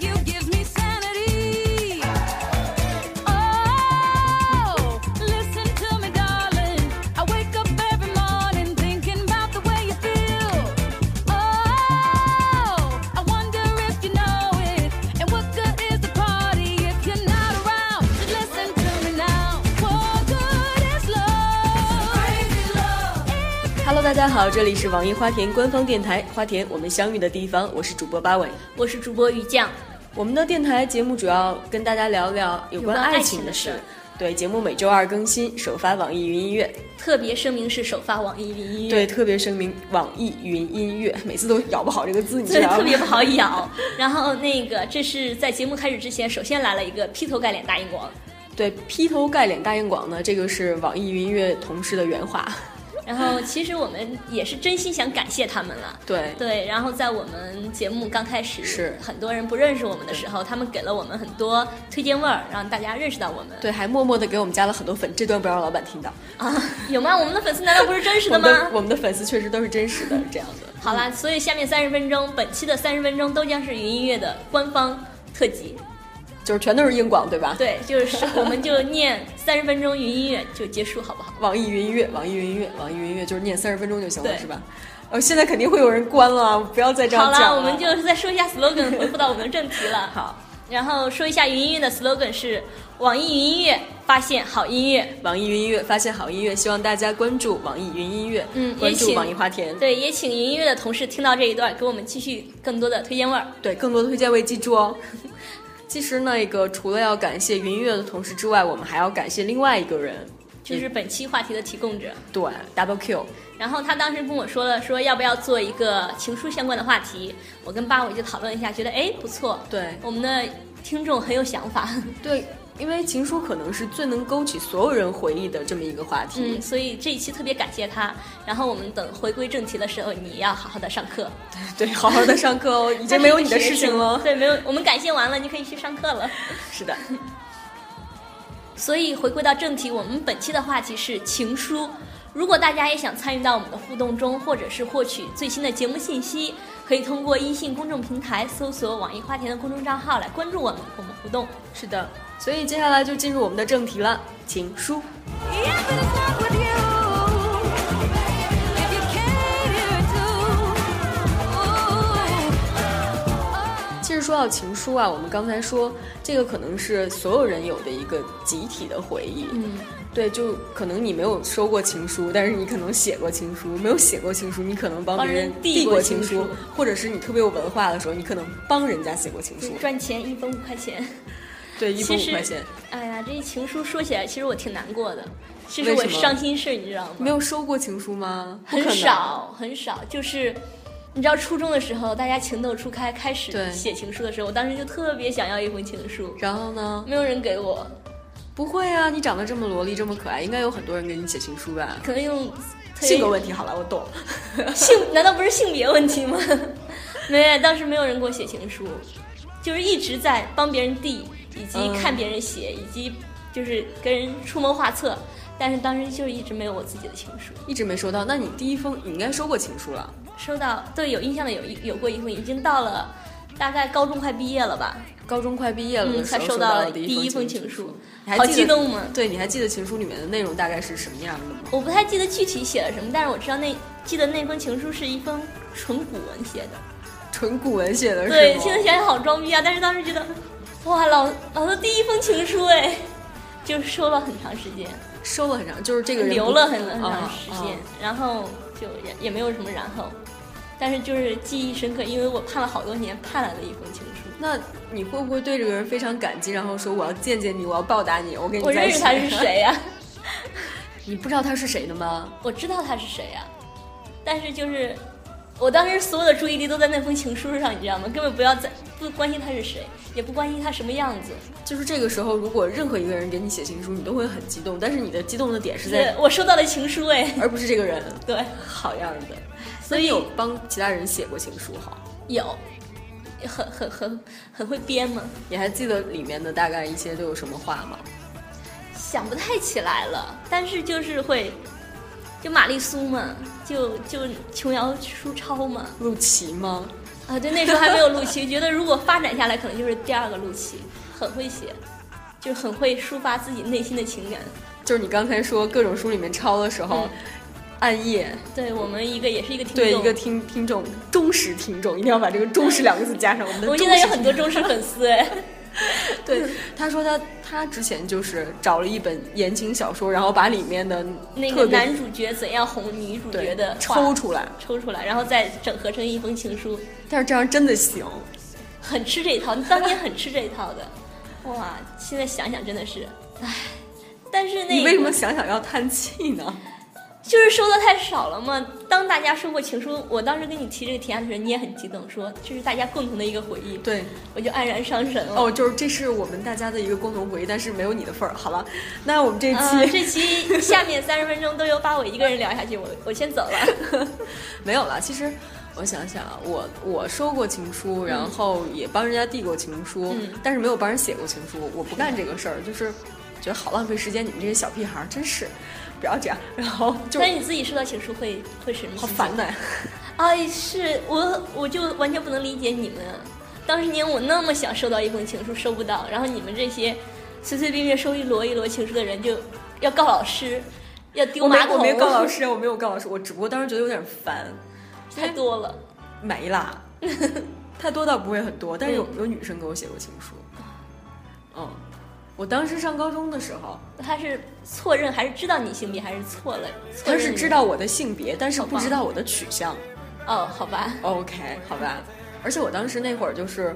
Oh, Oh, Hello，大家好，这里是网易花田官方电台《花田我们相遇的地方》，我是主播八尾。我是主播于酱，我们的电台节目主要跟大家聊聊有关有关爱爱情情的的事事。对，节目每周二更新，首发网易云音乐。特别声明是首发网易云音乐，对，特别声明，网易云音乐，每次都咬不好这个字，你知 对，道吗？ 特别不好咬。然后那个，这是在节目开始之前，首先来了一个劈头盖脸大硬广，对，劈头盖脸大硬广呢，这个是网易云音乐同事的原话。然后其实我们也是真心想感谢他们了。对， 对，然后在我们节目刚开始，是很多人不认识我们的时候，他们给了我们很多推荐味儿，让大家认识到我们。对，还默默的给我们加了很多粉，这段不要让老板听到。啊，有吗？我们的粉丝难道不是真实我的们的吗？我们的粉丝确实都是真实的，这样的。 好啦，所以下面三十分钟，本期的三十分钟都将是云音乐的官方特辑。嗯就是全都是硬广，对吧？对，就是我们就念三十分钟云音乐就结束，好不好？网易云音乐，网易云音乐，网易云音乐，就是念三十分钟就行了，对是吧？呃，现在肯定会有人关了，不要再这好样讲啦，我们就是再说一下 slogan，回复到我们的正题了。啊好。然后说一下云音乐的 slogan 是：网易云音乐发现好音乐。网易云音乐发现好音乐，希望大家关注网易云音乐，嗯关也注请网易花田。对，也请云音乐的同事听到这一段，给我们继续更多的推荐味儿。对，更多的推荐位记住哦。其实那个除了要感谢云音乐的同事之外，我们还要感谢另外一个人，就是本期话题的提供者。对 Double Q。然后他当时跟我说了，说要不要做一个情书相关的话题。我跟八尾就讨论一下，觉得哎不错，对我们的听众很有想法。对，因为情书可能是最能勾起所有人回忆的这么一个话题。嗯，所以这一期特别感谢他。然后我们等回归正题的时候，你要好好的上课。对，好好的上课哦，已经没有你的事情 了。对，没有，我们感谢完了，你可以去上课了。是的，所以回归到正题，我们本期的话题是情书。如果大家也想参与到我们的互动中，或者是获取最新的节目信息，可以通过音信公众平台搜索“网易花田”的公众账号来关注我们，和我们互动。是的。所以接下来就进入我们的正题了，情书。 If it is not with you, if you came here too, 其实说到情书啊，我们刚才说这个可能是所有人有的一个集体的回忆。嗯，对，就可能你没有收过情书，但是你可能写过情书；没有写过情书，你可能帮帮别人递递过过情情书或者是你特别有文化的时候，你可能帮人家写过情书。赚钱一分五块钱。对，一分其五实块钱。，哎呀，这情书说起来，其实我挺难过的。其为实我什么伤心事儿，你知道吗？没有收过情书吗？不可很能。少很少，就是你知道初中的时候，大家情窦初开，开对始写情书的时候，我当时就特别想要一封情书，然后呢？没有人给我，不会啊，你长得这么萝莉，这么可爱，应该有很多人给你写情书吧？可能用特别性格问题，好了，我懂。性难道不是性别问题吗？ 没，当时没有人给我写情书，就是一直在帮别人递，以及嗯看别人写，以及就是跟人出谋划策，但是当时就是一直没有我自己的情书。一直没收到，那你第一封你应该收过情书了。收到对有印象的有一有过一封，已经到了大概高中快毕业了吧，高中快毕业了的时嗯，才候，收到到了了第第封封情情书，你还好记激得动吗？对，你还记得情书里面的内容大概是什么样的吗？我不太记得具体写了什么，但是我知道那记得那封情书是一封纯古文写的。纯古文写的是吗？对，现在想想好装逼啊！但是当时觉得，哇，老老子第一封情书哎，就收了很长时间，收了很长，就是这个人留了很很长时啊间，然后就也也没有什么然后，但是就是记忆深刻，因为我盼了好多年，盼来的一封情书。那你会不会对这个人非常感激，然后说我要见见你，我要报答你，我跟你我在一起认识他是？谁啊呀、你不知道他是谁的吗？我知道他是谁呀、但是就是我当时所有的注意力都在那封情书上，你知道吗？根本不要在不关心他是谁，也不关心他什么样子。就是这个时候，如果任何一个人给你写情书，你都会很激动，但是你的激动的点是对在，，我收到了情书哎， 而不是这个人。对，好样的！所那你以有帮其他人写过情书哈？有，很很很很会编嘛，你还记得里面的大概一些都有什么话吗？想不太起来了，但是就是会。就玛丽苏嘛，就就琼瑶书超嘛，陆琪吗？啊，对，那时候还没有陆琪，觉得如果发展下来，可能就是第二个陆琪，很会写，就很会抒发自己内心的情感。就是你刚才说各种书里面抄的时候，嗯暗夜对我们一个也是一个听众，对一个听听众忠实听众，一定要把这个“忠实”两个字加上。我们的我们忠现在实 有很多忠实粉丝哎，对，他说他他之前就是找了一本言情小说，然后把里面的那特个别男主角怎样哄女主角对的话抽出来，抽出来，然后再整合成一封情书，但是这样真的行。很吃这一套，当年很吃这一套的。哇，现在想想真的是，唉，但是那你为什么想想要叹气呢？就是收的太少了嘛？当大家收过情书，我当时跟你提这个提案的时候，你也很激动，说这是大家共同的一个回忆，对，我就黯然伤神了。哦，就是这是我们大家的一个共同回忆，但是没有你的份儿。好了， 那我们这期、嗯，这期下面三十分钟都由八我一个人聊下去，我我先走 了。 没有了。其实我想想啊，我我收过情书，然后也帮人家递过情书，嗯但是没有帮人写过情书。我不干这个事儿，就是觉得好浪费时间。你们这些小屁孩儿真是不要这样。然后就那你自己收到情书会会什么？好烦！的。哎，是我我就完全不能理解你们。当时年我那么想收到一封情书，收不到，然后你们这些随随便便收一摞一摞情书的人，就要告老师，要丢我没马桶，我没告老，师，我没有告老师，我只不过当时觉得有点烦，太多了。没 啦。太多倒不会很多，但是嗯有有女生给我写过情书。嗯，我当时上高中的时候，他是错认还是知道你性别，还是错了？错他认是你知道我的性别，但是好吧不知道我的取向。哦，好吧， OK，好吧。而且我当时那会儿就是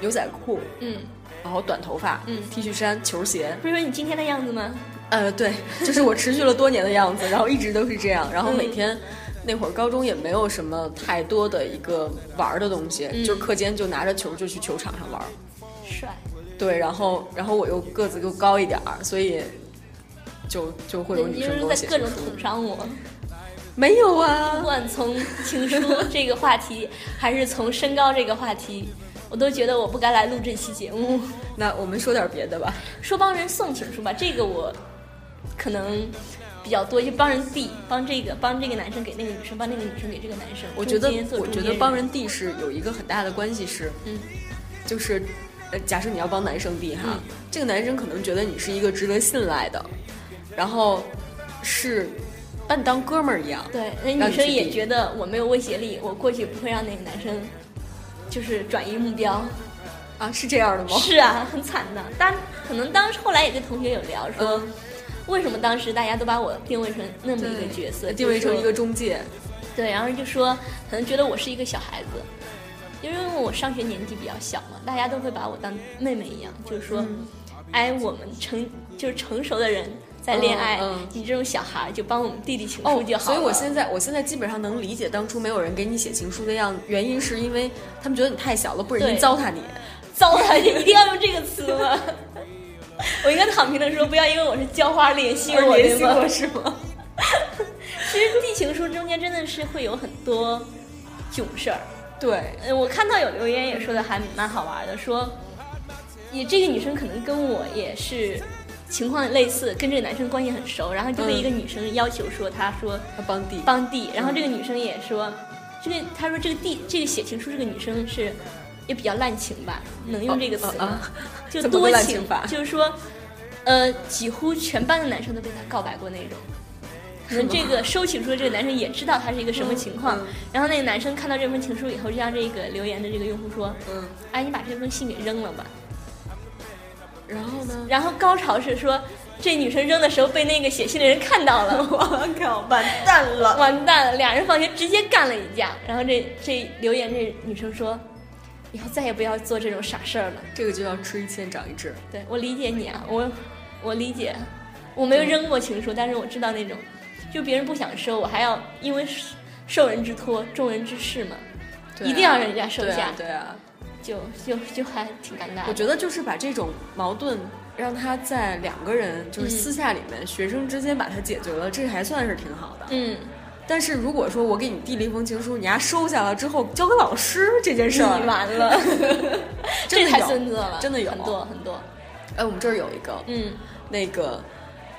牛仔裤，嗯，然后短头发，嗯，T 恤衫、球鞋，不是说你今天的样子吗？呃，对，就是我持续了多年的样子，然后一直都是这样，然后嗯每天。那会儿高中也没有什么太多的一个玩儿的东西，嗯就课间就拿着球就去球场上玩儿。帅，对，然后然后我又个子又高一点儿，所以就就会有对，女你生给就我是写在各情种书。捅伤我。没有啊不，管从情书这个话题，还是从身高这个话题，我都觉得我不该来录这期节目。那我们说点别的吧。说帮人送情书吧，这个我可能比较多，就帮人递，帮这个帮这个男生给那个女生，帮那个女生给这个男生。我觉得中间做我中觉得间帮人递是有一个很大的关系是，嗯，就是呃，假设你要帮男生递哈，嗯这个男生可能觉得你是一个值得信赖的，然后是把你当哥们儿一样，对，那让女你生去也递觉得我没有威胁力，我过去不会让那个男生就是转移目标。啊，是这样的吗？是啊，很惨的。但可能当时后来也跟同学有聊说，嗯，为什么当时大家都把我定位成那么一个对角色，定位就是成说一个中介，对，然后就说可能觉得我是一个小孩子，因为我上学年纪比较小嘛，大家都会把我当妹妹一样，就是说，嗯哎，我们成就是成熟的人在恋爱，嗯嗯你这种小孩儿就帮我们弟弟情哦书就，好所了。以我现在我现在基本上能理解当初没有人给你写情书的样子，原因是因为他们觉得你太小了，不忍对心糟蹋你。糟蹋，一定要用这个词吗？ 我应该躺平的时候，不要因为我是浇花怜惜我，而对联系吗哦我？是吗？其实递情书中间真的是会有很多囧事儿。对，呃，我看到有留言也说的还蛮好玩的，说也这个女生可能跟我也是情况类似，跟这个男生关系很熟，然后就被嗯嗯一个女生要求说，她说要帮递，帮弟，然后这个女生也说，这个她说这个弟这个写情书这个女生是也比较滥情吧，能用这个词吗？哦啊就怎么多个滥情情法就是说，呃，几乎全班的男生都被她告白过那种。可能是这吗个收情书的这个男生也知道他是一个什么情况，嗯嗯然后那个男生看到这封情书以后，就让这个留言的这个用户说嗯，：“哎，你把这封信给扔了吧。然后” 呢？然后高潮是说，这女生扔的时候被那个写信的人看到了，我靠，完蛋了！完蛋了，俩人放学直接干了一架。然后这这留言这女生说，以后再也不要做这种傻事儿了。这个就要吃一堑长一智。对我理解 你啊，我我理解，我没有扔过情书，但是我知道那种，就别人不想收，我还要因为受人之托，众人之事嘛，对啊一定要让人家收对下啊，对啊，就就就还挺尴尬的。我觉得就是把这种矛盾让他在两个人就是嗯私下里面、学生之间把它解决了，这还算是挺好的。嗯，但是如果说我给你递了一封情书，你丫收下了之后交给老师这件你事儿， 完了，啊 真这的太有孙子了，真的有很多很多，哎，我们这儿有一个，嗯，那个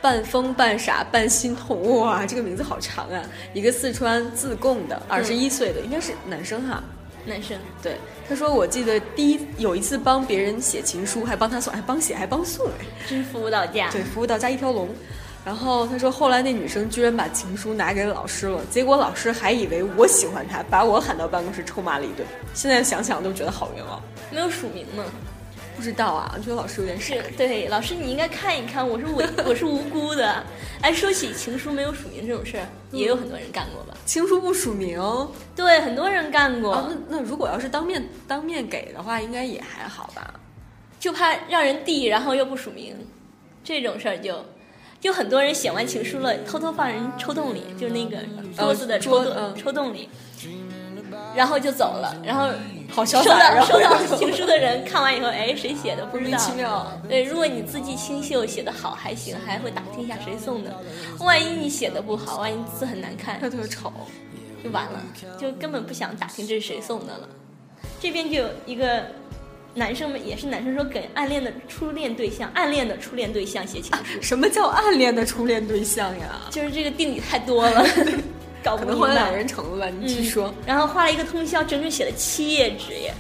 半疯半傻半心痛，哇，这个名字好长啊！一个四川自贡的，嗯二十一岁的，应该是男生哈。男生对，他说我记得第一有一次帮别人写情书，还帮他送，还帮写，还帮送，哎，真服务到家，对，服务到家一条龙。然后他说，后来那女生居然把情书拿给老师了，结果老师还以为我喜欢她，把我喊到办公室臭骂了一顿。现在想想都觉得好冤枉。没有署名嘛，不知道啊，我觉得老师有点傻是。对，老师你应该看一看，我是无我是无辜的。哎，说起情书没有署名这种事儿，嗯也有很多人干过吧？情书不署名、哦对，很多人干过，啊，那那如果要是当面当面给的话，应该也还好吧？就怕让人递，然后又不署名，这种事儿就。就很多人写完情书了，偷偷放人抽屉里，就是那个桌子的抽桌屉、嗯抽屉里，然后就走了。然后好潇收洒到啊，收到情书的人看完以后，哎，谁写的不莫知名道。其妙。对，如果你字迹清秀，写的好还行，还会打听一下谁送的。万一你写的不好，万一字很难 看，特别丑，就完了，就根本不想打听这是谁送的了。这边就有一个男生们，也是男生说给暗恋的初恋对象、暗恋的初恋对象写情书， 什么叫暗恋的初恋对象呀？就是这个定理太多了， 搞可不能明会白两。人成了吧？你继嗯续说。然后画了一个通宵，整整写了七页纸耶，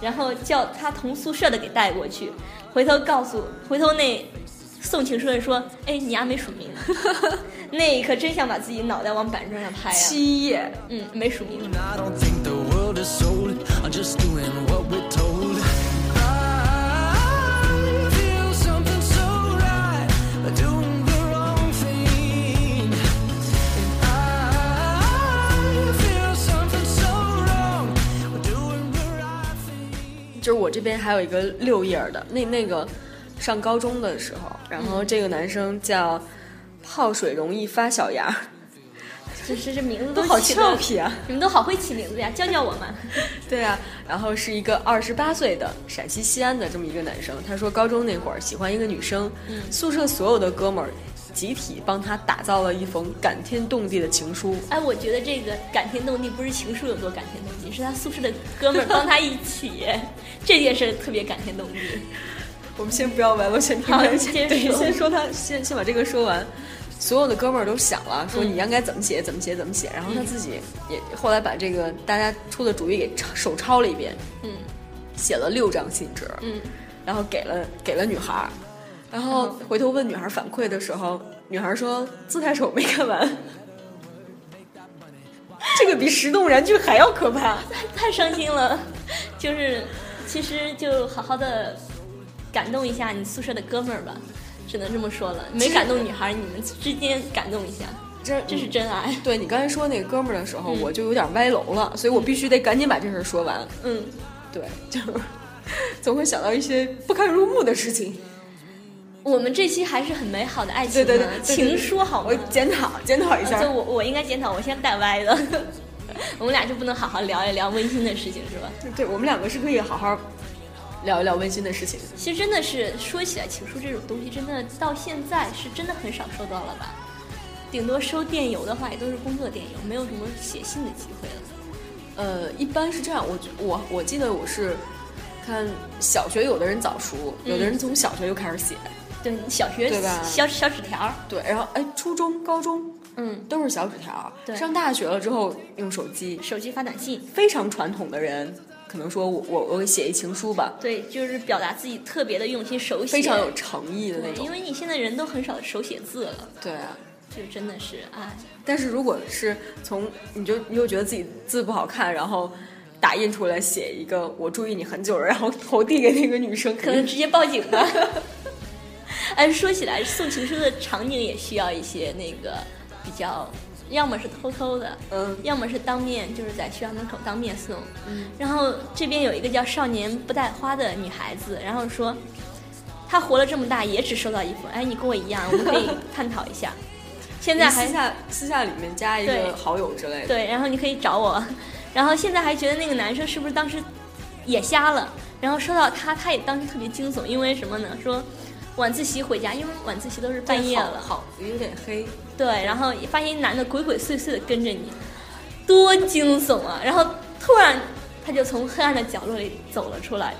然后叫他同宿舍的给带过去，回头告诉，回头那送情书的说，哎，你丫没署名， 那一刻真想把自己脑袋往板砖上拍呀、七页，嗯，没署名。 I don't think the world is sold. I'm just doing what we're told. I feel something so right, but doing the wrong thing. And I feel something so wrong, but doing the right thing. 就是我这边还有一个六页儿的，那那个上高中的时候，然后这个男生叫泡水容易发小芽儿，这这这名 字都都好起俏得皮啊！你们都好会起名字呀，教教我嘛。 对啊，然后是一个二十八岁的陕西西安的这么一个男生，他说高中那会儿喜欢一个女生，宿舍所有的哥们儿集体帮他打造了一封感天动地的情书， 哎，我觉得这个感天动地不是情书有多感天动地，是他宿舍的哥们儿帮他一起， 这件事特别感天动地。 我们先不要玩了，先听好他你先先对，说先说他，先先把这个说完。所有的哥们儿都想了，说嗯你应该怎么写，怎么写，怎么写。然后他自己也后来把这个大家出的主意给抄手抄了一遍，嗯写了六张信纸，嗯，然后给了给了女孩儿。然然后后回头问女孩儿反馈的时候，女孩儿说字太丑没看完。 这个比石动燃具还要可怕。太伤心了。就是，其实就好好的感动一下你宿舍的哥们儿吧，只能这么说了。没感动女孩儿，你们之间感动一下，这这是真爱。对你刚才说那个哥们儿的时候，我就有点歪楼了，所以我必须得赶紧把这事儿说完。嗯，对，就是 总会想到一些不堪入目的事情。我们这期还是很美好的爱对情啊，对对，对对情书好吗我？检讨检讨一下。啊就我我应该检讨，我现在带歪了。 我们俩就不能好好聊一聊温馨的事情是吧？对我们两个是可以好好聊一聊温馨的事情。其实真的是说起来，情书这种东西，真的到现在是真的很少收到了吧？顶多收电邮的话，也都是工作电邮，没有什么写信的机会了。呃，一般是这样，我我我记得我是看小学，有的人早熟，有嗯的人从小学就开始写。对，小学对吧小小纸条儿，对，然后哎，初中、高中嗯，都是小纸条，对上大学了之后用手机。手机发短信，非常传统的人，可能说我我我给写一情书吧，对，就是表达自己特别的用心手写，非常有诚意的那对，种因。为你现在人都很少手写字了，对啊，就真的是哎，但是如果是从你就你又觉得自己字不好看，然后打印出来写一个我注意你很久了，然后投递给那个女生，可可能能直接报警吧。哎，说起来，送情书的场景也需要一些那个比较，要么是偷偷的，嗯要么是当面，就是在学校门口当面送。嗯，然后这边有一个叫少年不带花的女孩子，然后说，她活了这么大也只收到一封。哎，你跟我一样，我们可以探讨一下。现在还私下私下里面加一对个好友之类的。对，然后你可以找我。然后现在还觉得那个男生是不是当时也瞎了？然后说到他，他也当时特别惊悚，因为什么呢？说晚自习回家，因为晚自习都是半夜了，好，好有点黑。对，然后发现一男的鬼鬼祟祟的跟着你，多惊悚啊！然后突然他就从黑暗的角落里走了出来，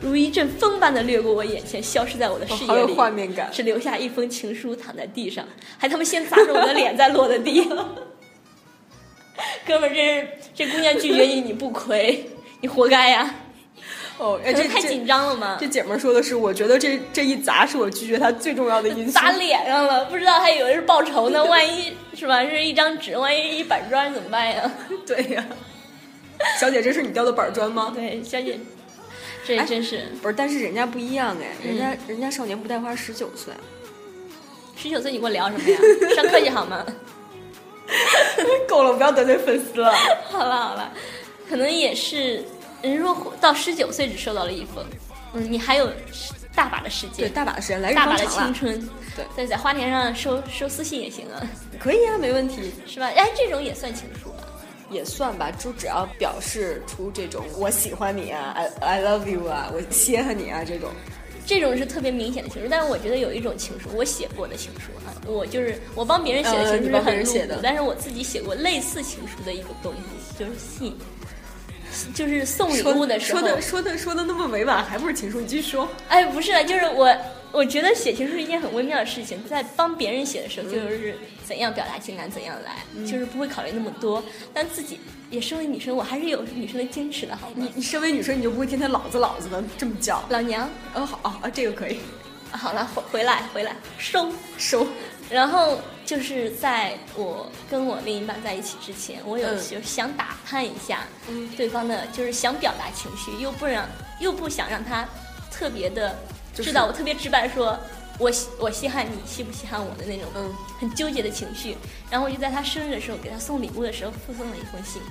如一阵风般的掠过我眼前，消失在我的视野里，哦好有画面感只留下一封情书躺在地上，还他妈先砸着我的脸，再落的地。哥们儿，这这姑娘拒绝你，你不亏，你活该呀、哦，哎，可这能太这紧张了嘛这，姐们儿说的是，我觉得这这一砸是我拒绝他最重要的因素。砸脸上了，不知道还以为是报仇呢，万一是吧？是一张纸，万一是一板砖怎么办呀？对呀、小姐，这是你掉的板砖吗？对，小姐，这哎真是不是，但是人家不一样哎，人家、人家少年不带花十九岁，十九岁，你给我聊什 么呀？上课去好吗？够了，不要得罪粉丝了。好了好了，可能也是人若活到十九岁只收到了一封，嗯，你还有大把的时对，间，大把的时间来日大把方的长青了，春，对对，在花田上收收私信也行啊，可以啊，没问题，是吧？哎，这种也算情书吧？也算吧。就只要表示出这种我喜欢你啊，I I love you 啊，我稀罕你啊这种。这种是特别明显的情书，但是我觉得有一种情书，我写过的情书啊，我就是我帮别人写的呃情书你是帮别很人写露的骨，但是我自己写过类似情书的一个东西，就是信，就是送礼物的时候说，的说的说的那么委婉，还不是情书？你继续说。哎，不是，就是我，我觉得写情书是一件很微妙的事情，在帮别人写的时候，就是怎样表达情感怎样来，嗯就是不会考虑那么多。但自己也身为女生，我还是有女生的矜持的，好吗你？你身为女生，你就不会天天老子老子的这么叫？老娘，嗯，好啊，这个可以好了，回回来回来收。嗯收。然后就是在我跟我另一半在一起之前，我有嗯就是想打探一下嗯对方的，就是想表达情绪，又不让又不想让他特别的就是知道我特别直白说。我稀我稀罕你，稀不稀罕我的那种嗯很纠结的情绪，然后我就在他生日的时候给他送礼物的时候附送了一封信，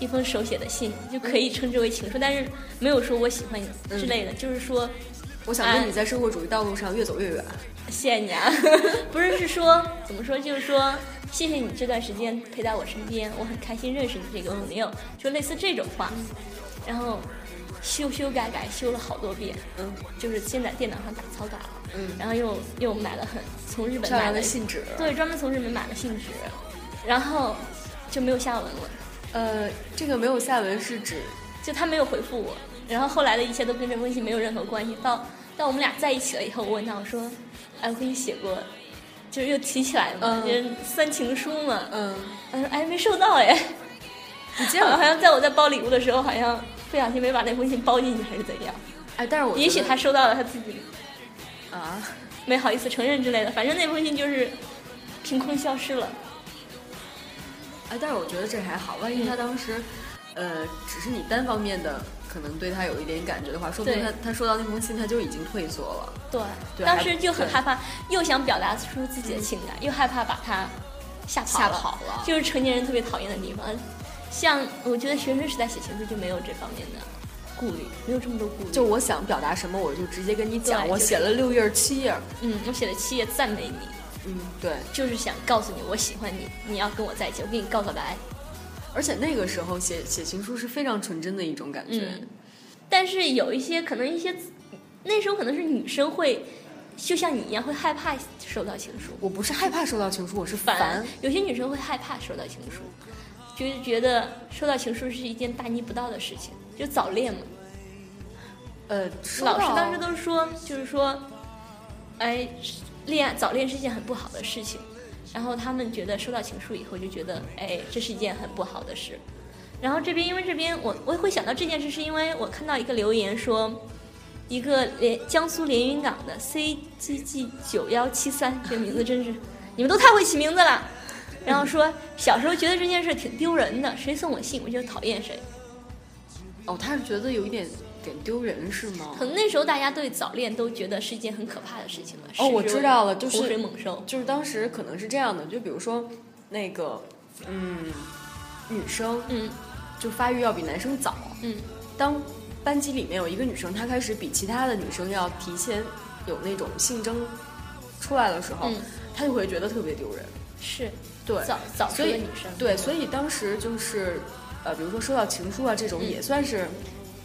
一封手写的信就可嗯以称之为情书，但是没有说我喜欢你之类的，就是说我想哎跟你在社会主义道路上越走越远。谢谢你啊， 不是是说怎么说，就是说谢谢你这段时间陪在我身边，我很开心认识你这个朋友，就类似这种话，然后修修改改修了好多遍，嗯，就是先在电脑上打草稿，嗯然后又又买了很从日本漂买亮了的信纸。对，专门从日本买了信纸，然后就没有下文了，呃，这个没有下文是指就他没有回复我，然后后来的一切都跟这封信没有任何关系。到到我们俩在一起了以后，我问他我说：“哎，我给你写过，就是又提起来嘛，嗯就是算情书嘛。嗯，他说：“哎，没收到哎。”你这 好样好像在我在包礼物的时候，好像不小心没把那封信包进去，还是怎样？哎，但是我也许觉他得收到了，他自己啊，没好意思承认之类的。反正那封信就是凭空消失了。哎，但是我觉得这还好，万一他当时，呃，只是你单方面的可能对他有一点感觉的话，说不定对他他收到那封信他就已经退缩了。对，对当还时就很对害怕，又想表达出自己的情感，又害怕把他吓跑吓了，跑了就是成年人特别讨厌的地方。像我觉得学生时代写情书就没有这方面的顾虑，没有这么多顾虑。就我想表达什么，我就直接跟你讲，对我就是写了六页儿七页儿。嗯，我写了七页赞美你，嗯，对。就是想告诉你我喜欢你，你要跟我在一起，我跟你告个白。而且那个时候写写情书是非常纯真的一种感觉。嗯，但是有一些可能一些那时候可能是女生会，就像你一样会害怕收到情书。我不是害怕收到情书，我是烦。烦。 有些女生会害怕收到情书，就是觉得收到情书是一件大逆不道的事情，就早恋嘛。呃，收老师到当时都说，就是说，哎，恋爱早恋是一件很不好的事情。然后他们觉得收到情书以后就觉得，哎，这是一件很不好的事。然后这边因为这边我我会想到这件事，是因为我看到一个留言说，一个连江苏连云港的 C G G 九幺七三，这个名字真是你们都太会起名字了。然后说小时候觉得这件事挺丢人的，谁送我信我就讨厌谁。哦，他是觉得有一点点丢人是吗可？能那时候大家对早恋都觉得是一件很可怕的事情吧。哦我视之为知道了就是洪水猛兽。就是当时可能是这样的，就比如说那个，嗯，女生嗯就发育要比男生早。嗯，当班级里面有一个女生，她开始比其他的女生要提前有那种性征出来的时候，嗯她就会觉得特别丢人。是对，早早熟所的以女生，对，所以当时就是，呃，比如说收到情书啊这种，嗯也算是、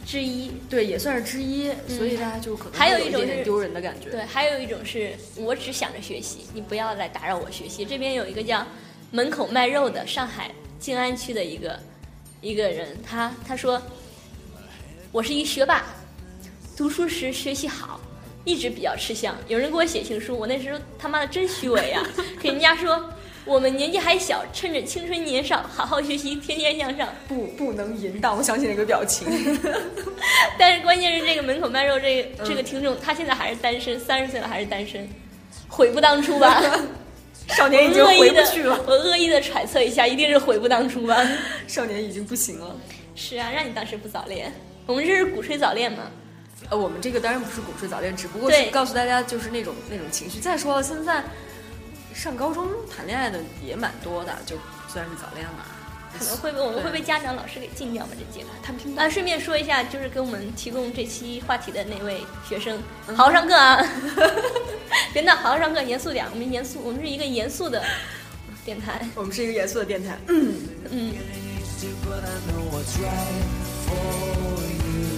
之一。对，也算是之一，所以大家就可能嗯还有会一一种点点是丢人的感觉。对，还有一种是我只想着学习，你不要来打扰我学习。这边有一个叫门口卖肉的上海静安区的一个一个人，他他说我是一学霸，读书时学习好，一直比较吃香。有人给我写情书，我那时候他妈的真虚伪呀、给人家说我们年纪还小，趁着青春年少，好好学习，天天向上。不不能淫荡，我想起那个表 情。但是关键是这个门口卖肉这个、这个听众，他现在还是单身，三十岁了还是单身，悔不当初吧。少 年已经我恶回意不的去了，我恶意的揣 测一下，一定是悔不当初吧。少年已经不行了。是啊，让你当时不早恋。我们这是鼓吹早恋嘛？呃，我们这个当然不是鼓吹早恋，只不过对是告诉大家就是那种那种情绪。再说了，现在上高中谈恋爱的也蛮多的，就算是早恋嘛。可能会被我们对会被家长、老师给禁掉吗？这节课？他们听啊，顺便说一下，就是给我们提供这期话题的那位学生，好好上课啊！ 别闹，好好上课，严肃点。我们严肃，我们是一个严肃的电台。 我们是一个严肃的电台。嗯， but I know what's right for you.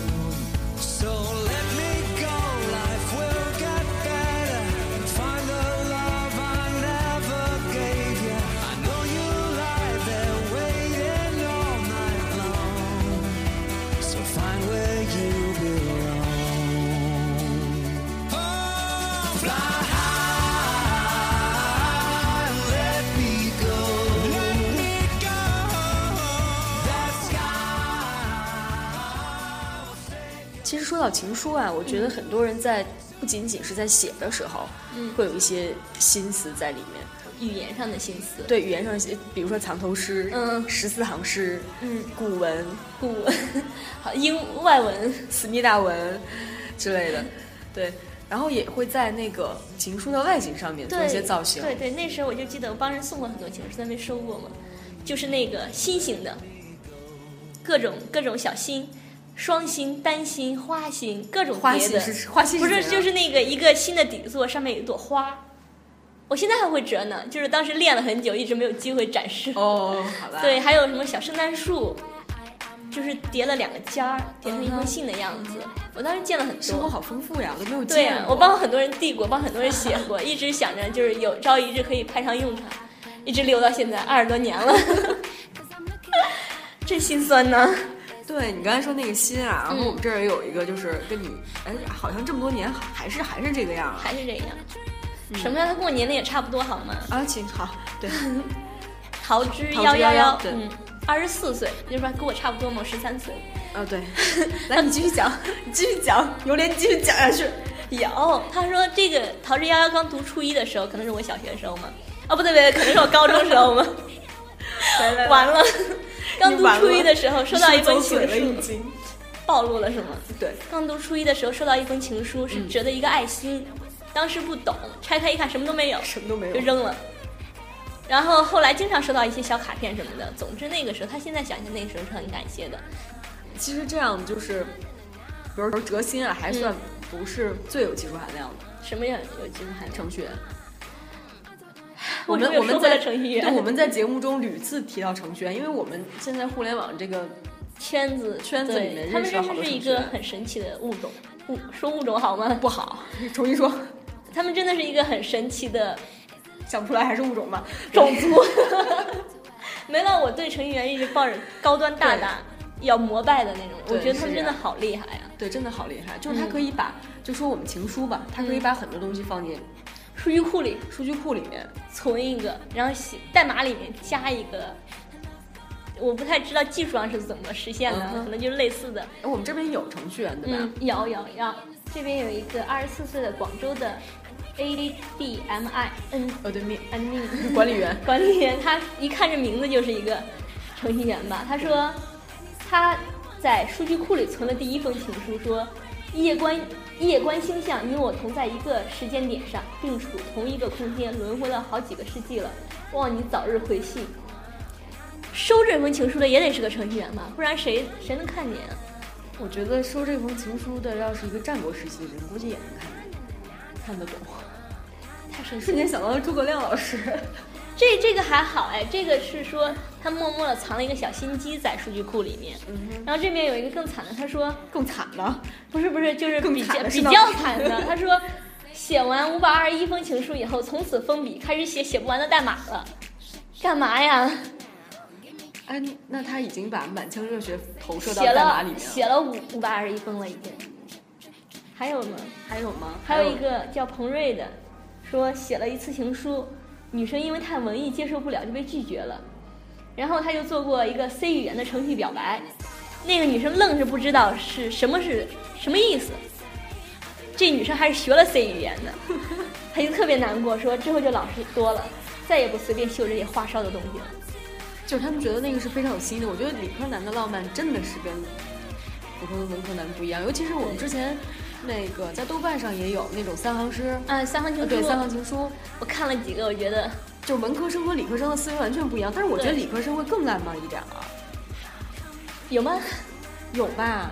So let me go, life will get better. And find the love I never gave you. I know you lie there waiting all night long. So find where you belong. Oh, fly high, let me go. Let me go. That sky. 其实说到情书啊，我觉得很多人在不仅仅是在写的时候，嗯会有一些心思在里面。语言上的心思。对语言上的写，比如说藏头诗，嗯十四行诗，嗯，古文、古 好英外文，思密达文之类的，对。然后也会在那个情书的外形上面做对一些造型，对对，那时候我就记得我帮人送过很多情书，但没收过嘛。就是那个心形的，各种各种小心。双心、单心、花心，各种花别心的是花心是啊不是怎样就是那个一个新的底座上面有一朵花，我现在还会折呢，就是当时练了很久，一直没有机会展示。哦，好吧，对，，还有什么小圣诞树，就是叠了两个尖儿，叠成一封信的样子。我当时见了很生活多，好丰富呀，我都没有对见啊过我帮很多人递过，帮很多人写过，一直想着就是有朝一日可以派上用场，一直留到现在二十多年 了，真心酸呢。对你刚才说那个心啊，然嗯后我们这儿也有一个，就是跟你，哎，好像这么多年还是还是这个样啊，还是这样，什么样的过年了也差不多好吗？啊，请好， 对，桃之桃夭之夭夭夭夭，对嗯，二十四岁，就是说跟我差不多嘛，我十三岁。啊 对，来你继续讲，你继续讲，榴莲你继续讲下 去，有，哦他说这个桃之夭夭刚读初一的时候，可能是我小学的时候嘛，啊不对不对，可能是我高中时候 嘛，来来完了，刚读完初一了的时候收到一封走情水了书已，经，暴露了是吗？对，刚读初一的时候收到一封情书，嗯是折的一个爱心，当时不懂，拆开一看什么都没有，什么都没有就，扔了。然后后来经常收到一些小卡片什么的，总之那个时候，他现在想想那个时候是很感谢的，其实这样就是，比如说哲心啊，还嗯算不是最有技术含量的什么样有机会还能程序员。我我们们我我们们在在程序对，员，我们在节目中屡次提到程序员，因为我们现在互联网这个圈子圈子对里面他们认识到真好是多同一个学很神奇的物种。物说物种好吗？不好，重新说， 他们真的是一个很神奇的想不出来还是物种吧。 种 族。没到我对程序员一直抱着高端大胆要膜拜的那种，我对觉得他们是真这样的好厉害啊呀、对，真的好厉害，就是他可以嗯把，就说我们情书吧，他可以把很多东西放进数据库里数据库里面，存一个，然后写代码里面加一个。我不太知道技术上是怎么实现的，嗯哼可能就是类似的。哎我们这边有程序员对吧？嗯，有有有，这边有一个二十四岁的广州的 A D M I 嗯 N 呃，对面 N E 管理员，管理员 他一看这名字就是一个程序员吧？他说他在数据库里存了第一封情书，说夜观夜观星象，你我同在一个时间点上，并处同一个空间，轮回了好几个世纪了，望你早日回信。收这封情书的也得是个程序员吧，不然谁谁能看见啊？我觉得收这封情书的要是一个战国时期的人，估计也能看看得懂。太神奇瞬了！间想到了诸葛亮老师， 这这个还好哎，这个是说他默默的藏了一个小心机在数据库里面。然后这边有一个更惨的，他说嗯更惨了。不是不是，就是更比较惨的比是吗较惨的。他说，写完五百二十一封情书以后，从此封笔，开始写写不完的代码了。干嘛呀？哎，那他已经把满腔热血投射到写代码了里面写了五五百二十一封了，已经。还有吗？还有吗？还有一个叫彭瑞的，说写了一次情书，女生因为太文艺接受不了就被拒绝了，然后他就做过一个 C 语言的程序表白，那个女生愣是不知道是什么是什么意思，这女生还是学了 C 语言的，她就特别难过，说之后就老实多了，再也不随便秀这些花哨的东西了。就是他们觉得那个是非常有新意的。我觉得理科男的浪漫真的是跟普通的文科男不一样，尤其是我们之前那个在豆瓣上也有那种三行诗，啊，三行情呃书，对，三行情书，我看了几个，我觉得就是文科生和理科生的思维完全不一样，但是我觉得对理科生会更浪漫一点啊，有吗？有吧？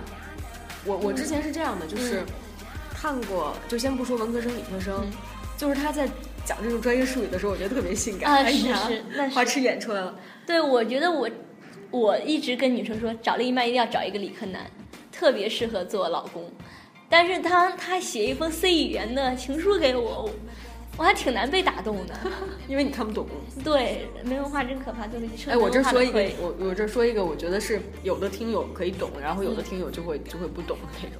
我我之前是这样的，就是嗯看过，就先不说文科生、理科生嗯，就是他在讲这种专业术语的时候，我觉得特别性感，啊哎是呀是那是花痴演出来了。对，我觉得我我一直跟女生说，找另一半一定要找一个理科男，特别适合做老公。但是当他写一封 C 语言的情书给我，我我还挺难被打动的。 因为你看不懂。对，没文化真可怕，对不起。哎，我这受说文一化个的亏，我我这说一个，我觉得是有的听友可以懂，然后有的听友就会就会不懂的那种。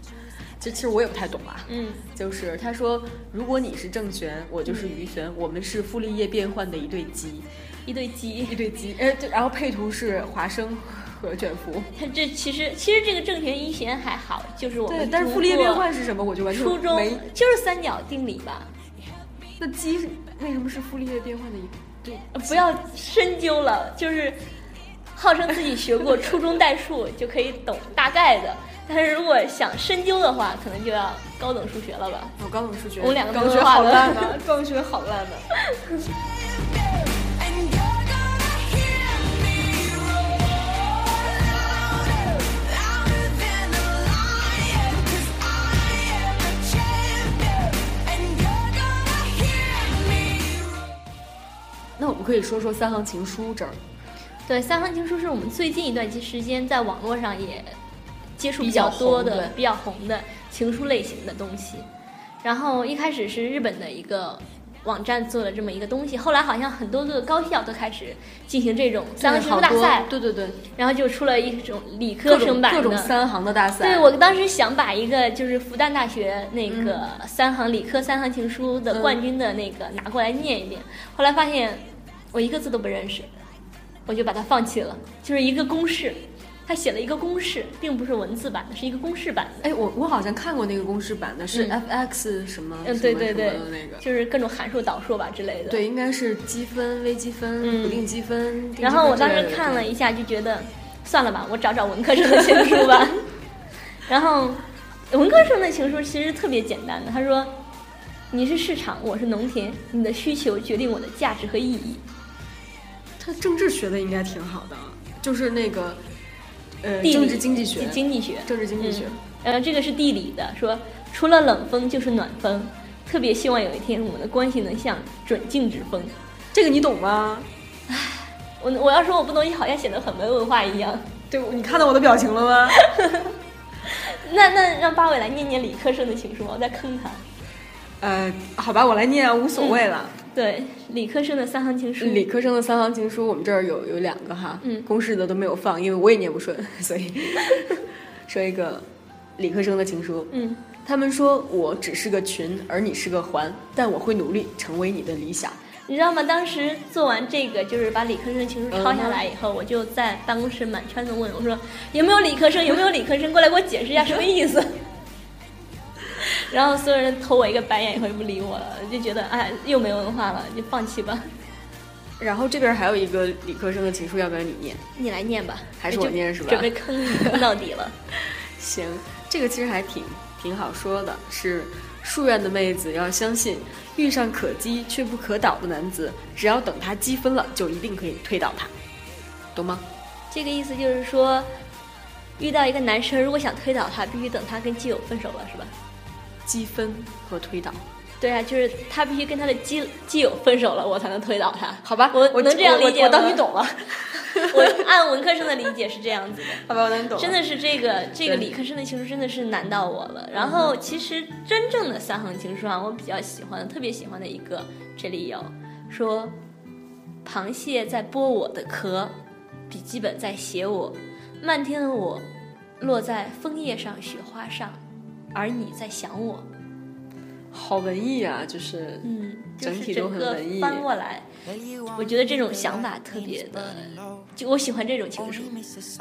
这其实我也不太懂啊。嗯，就是他说，如果你是郑玄，我就是鱼玄，我们是傅立叶变换的一对鸡，一对鸡一。对鸡。哎，对，然后配图是华生和卷福。他这其实其实这个正弦一弦还好，就是我们对，但是读傅立叶过变换是什么，我就完全初中没。就是三角定理吧。那鸡是为什么是傅立叶变换的一对？呃不要深究了，就是号称自己学过初中 代数就可以懂大概的，但是如果想深究的话，可能就要高等数学了吧。我哦高等数学，我们两个高都学画好的烂 啊，高学好烂啊。 And you're gonna hear me roar louder, louder than a lion, 'cause I am the champion. And you're gonna hear me roar. 那我们可以说说三行情书这儿。对，三行情书是我们最近一段时间在网络上也接触比比较较多红的、对比较红的情书类型的东西。然后一开始是日本的一个网站做了这么一个东西，后来好像很多个高校都开始进行这种三行情书大赛，对对对，然后就出了一种理各科种生版各的种三行的大赛。对，我当时想把一个就是复旦大学那个嗯三行理科三行情书的冠军的那个拿过来念一遍，后来发现我一个字都不认识，我就把它放弃了。就是一个公式，他写了一个公式，并不是文字版的，是一个公式版的。哎，我我好像看过那个公式版的，是 FX 什么什嗯，么对对对什么的那个，。就是各种函数、导数吧之类的。对，应该是积分、微积分、嗯不定积分。定积分然后我当之时类的看了对一下，就觉得算了吧，我找找文科生的情书吧。 然后文科生的情书其实特别简单的，他说：“你是市场，我是农田，你的需求决定我的价值和意义。他政治学的应该挺好的，就是那个呃地理”政治经济学，经济学，政治经济学。嗯。呃，这个是地理的，说除了冷风就是暖风，特别希望有一天我们的关系能像准静止风。这个你懂吗？我我要说我不懂，也好像显得很没文化一样。对，你看到我的表情了吗？ 那那让八尾来念念理科生的情书吧，我在坑他。呃，好吧，我来念啊，无所谓了。对，理科生的三行情书。理科生的三行情书，我们这儿有有两个哈，嗯公式的都没有放，因为我也念不顺，所 以说一个理科生的情书。嗯，他们说我只是个群，而你是个环，但我会努力成为你的理想。你知道吗？当时做完这个，就是把理科生的情书抄下来以后，我就在办公室满圈子问我说：“有没有理科生？有没有理科生？过来给我解释一下什么意思。” 然后所有人投我一个白眼，以后就不理我了，就觉得哎，又没文化了，就放弃吧。然后这边还有一个理科生的情书，要不要你念？你来念吧，还是我念是吧准备坑你坑到底 了。行，这个其实还挺挺好说的，是树愿的妹子要相信，遇上可击却不可倒的男子，只要等他积分了，就一定可以推倒他，懂吗？这个意思就是说，遇到一个男生，如果想推倒他，必须等他跟基友分手了，是吧？积分和推倒。对啊，就是他必须跟他的基基友分手了，我才能推倒他。好吧我我能这样理解我我吗我当你懂了。 我按文科生的理解是这样子的，好吧，我能懂真的是这个这个对嗯理科生的情书真的是难到我了。然后其实真正的三行情书啊，我比较喜欢，特别喜欢的一个，这里有说，螃蟹在剥我的壳，笔记本在写我，漫天的我落在枫叶上、雪花上，而你在想我。好文艺啊，就是嗯，就整是体都整很个文艺翻过来，我觉得这种想法特别的，就我喜欢这种情书，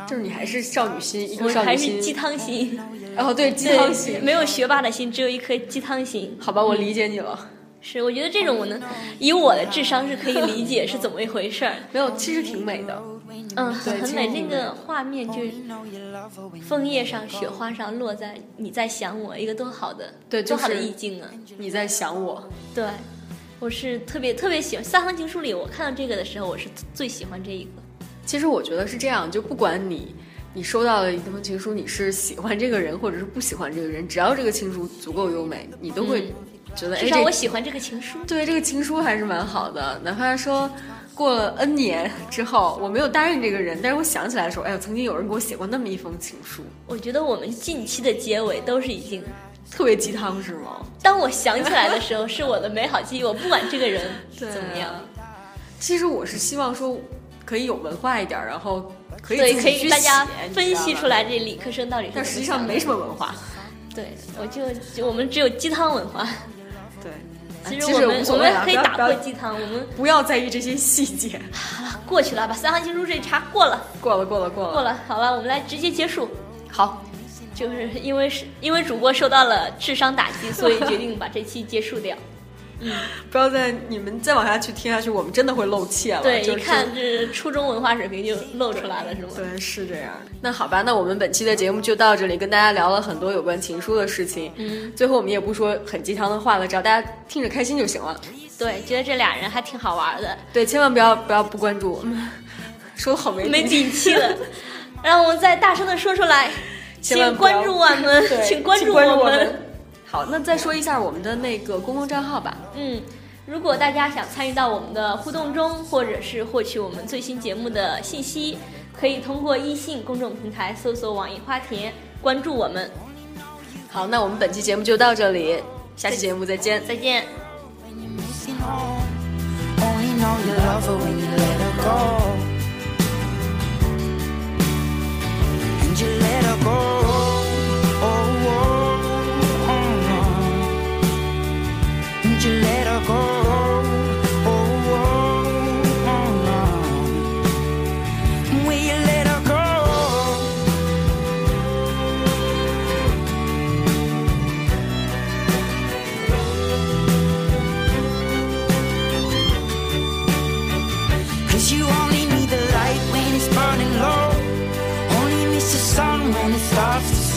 就是你还是少女心，一我颗少还女是鸡心。汤心，哦，对，鸡汤对，心。没有学霸的心，只有一颗鸡汤心。好吧，我理解你了。是，我觉得这种我能嗯以我的智商是可以理解是怎么一回事儿。没有，其实挺美的。嗯，对很其实美，哦那个画面就是枫叶上、雪花上落在你在想我，一个多好的，对就多好的是意境啊！你在想我，对，我是特别特别喜欢《三行情书》里，我看到这个的时候，我是最喜欢这一个。其实我觉得是这样，就不管你你收到了一封情书，你是喜欢这个人或者是不喜欢这个人，只要这个情书足够优美，你都会觉得、哎，嗯至少这我喜欢这个情书。对这个情书还是蛮好的，哪怕说过了 N 年之后，我没有答应这个人，但是我想起来的时候，哎呦，曾经有人给我写过那么一封情书，我觉得我们近期的结尾都是已经，特别鸡汤是吗？当我想起来的时候， 是我的美好记忆。我不管这个人对啊怎么样，其实我是希望说可以有文化一点，然后可以对，自可己去以大家写你知分道析吧出来这理科生到底是怎但么实想的。际上没什么文化。对，我就就我们只有鸡汤文化。对，哎其啊其实我实们无我所谓们啊可不以要打不要破鸡汤，我们不要在意这些细节。过去了，把三行情书这一茬过了， 过了，过了，过了。过了，好了，我们来直接结束。好，就是因为是因为主播受到了智商打击，所以决定把这期结 束掉。哦不要再你们再往下去听下去，我们真的会露怯了。对，就一是看这初中文化水平就露出来了，是吗？对，是这样。那好吧，那我们本期的节目就到这里，跟大家聊了很多有关情书的事情。嗯，最后我们也不说很鸡汤的话了，只要大家听着开心就行了。对，觉得这俩人还挺好玩的，对，千万不要不要不关注我们，说的好没没底底气 了。让我们再大声的说出来，千请万不要关注我们对， 请请关注注我们。好，那再说一下我们的那个公共账号吧。嗯，如果大家想参与到我们的互动中，或者是获取我们最新节目的信息，可以通过一信公众平台搜索“网易花田”，关注我们。好，那我们本期节目就到这里，下期节目再见。再见。 when you're missing home. Only know you love her when you let her go. And you let her go. Oh, oh, oh, oh. And you let her go. Oh, oh, oh, oh. And Will you let her go? Cause you only need the light when it's burning low. Only miss the sun when it starts to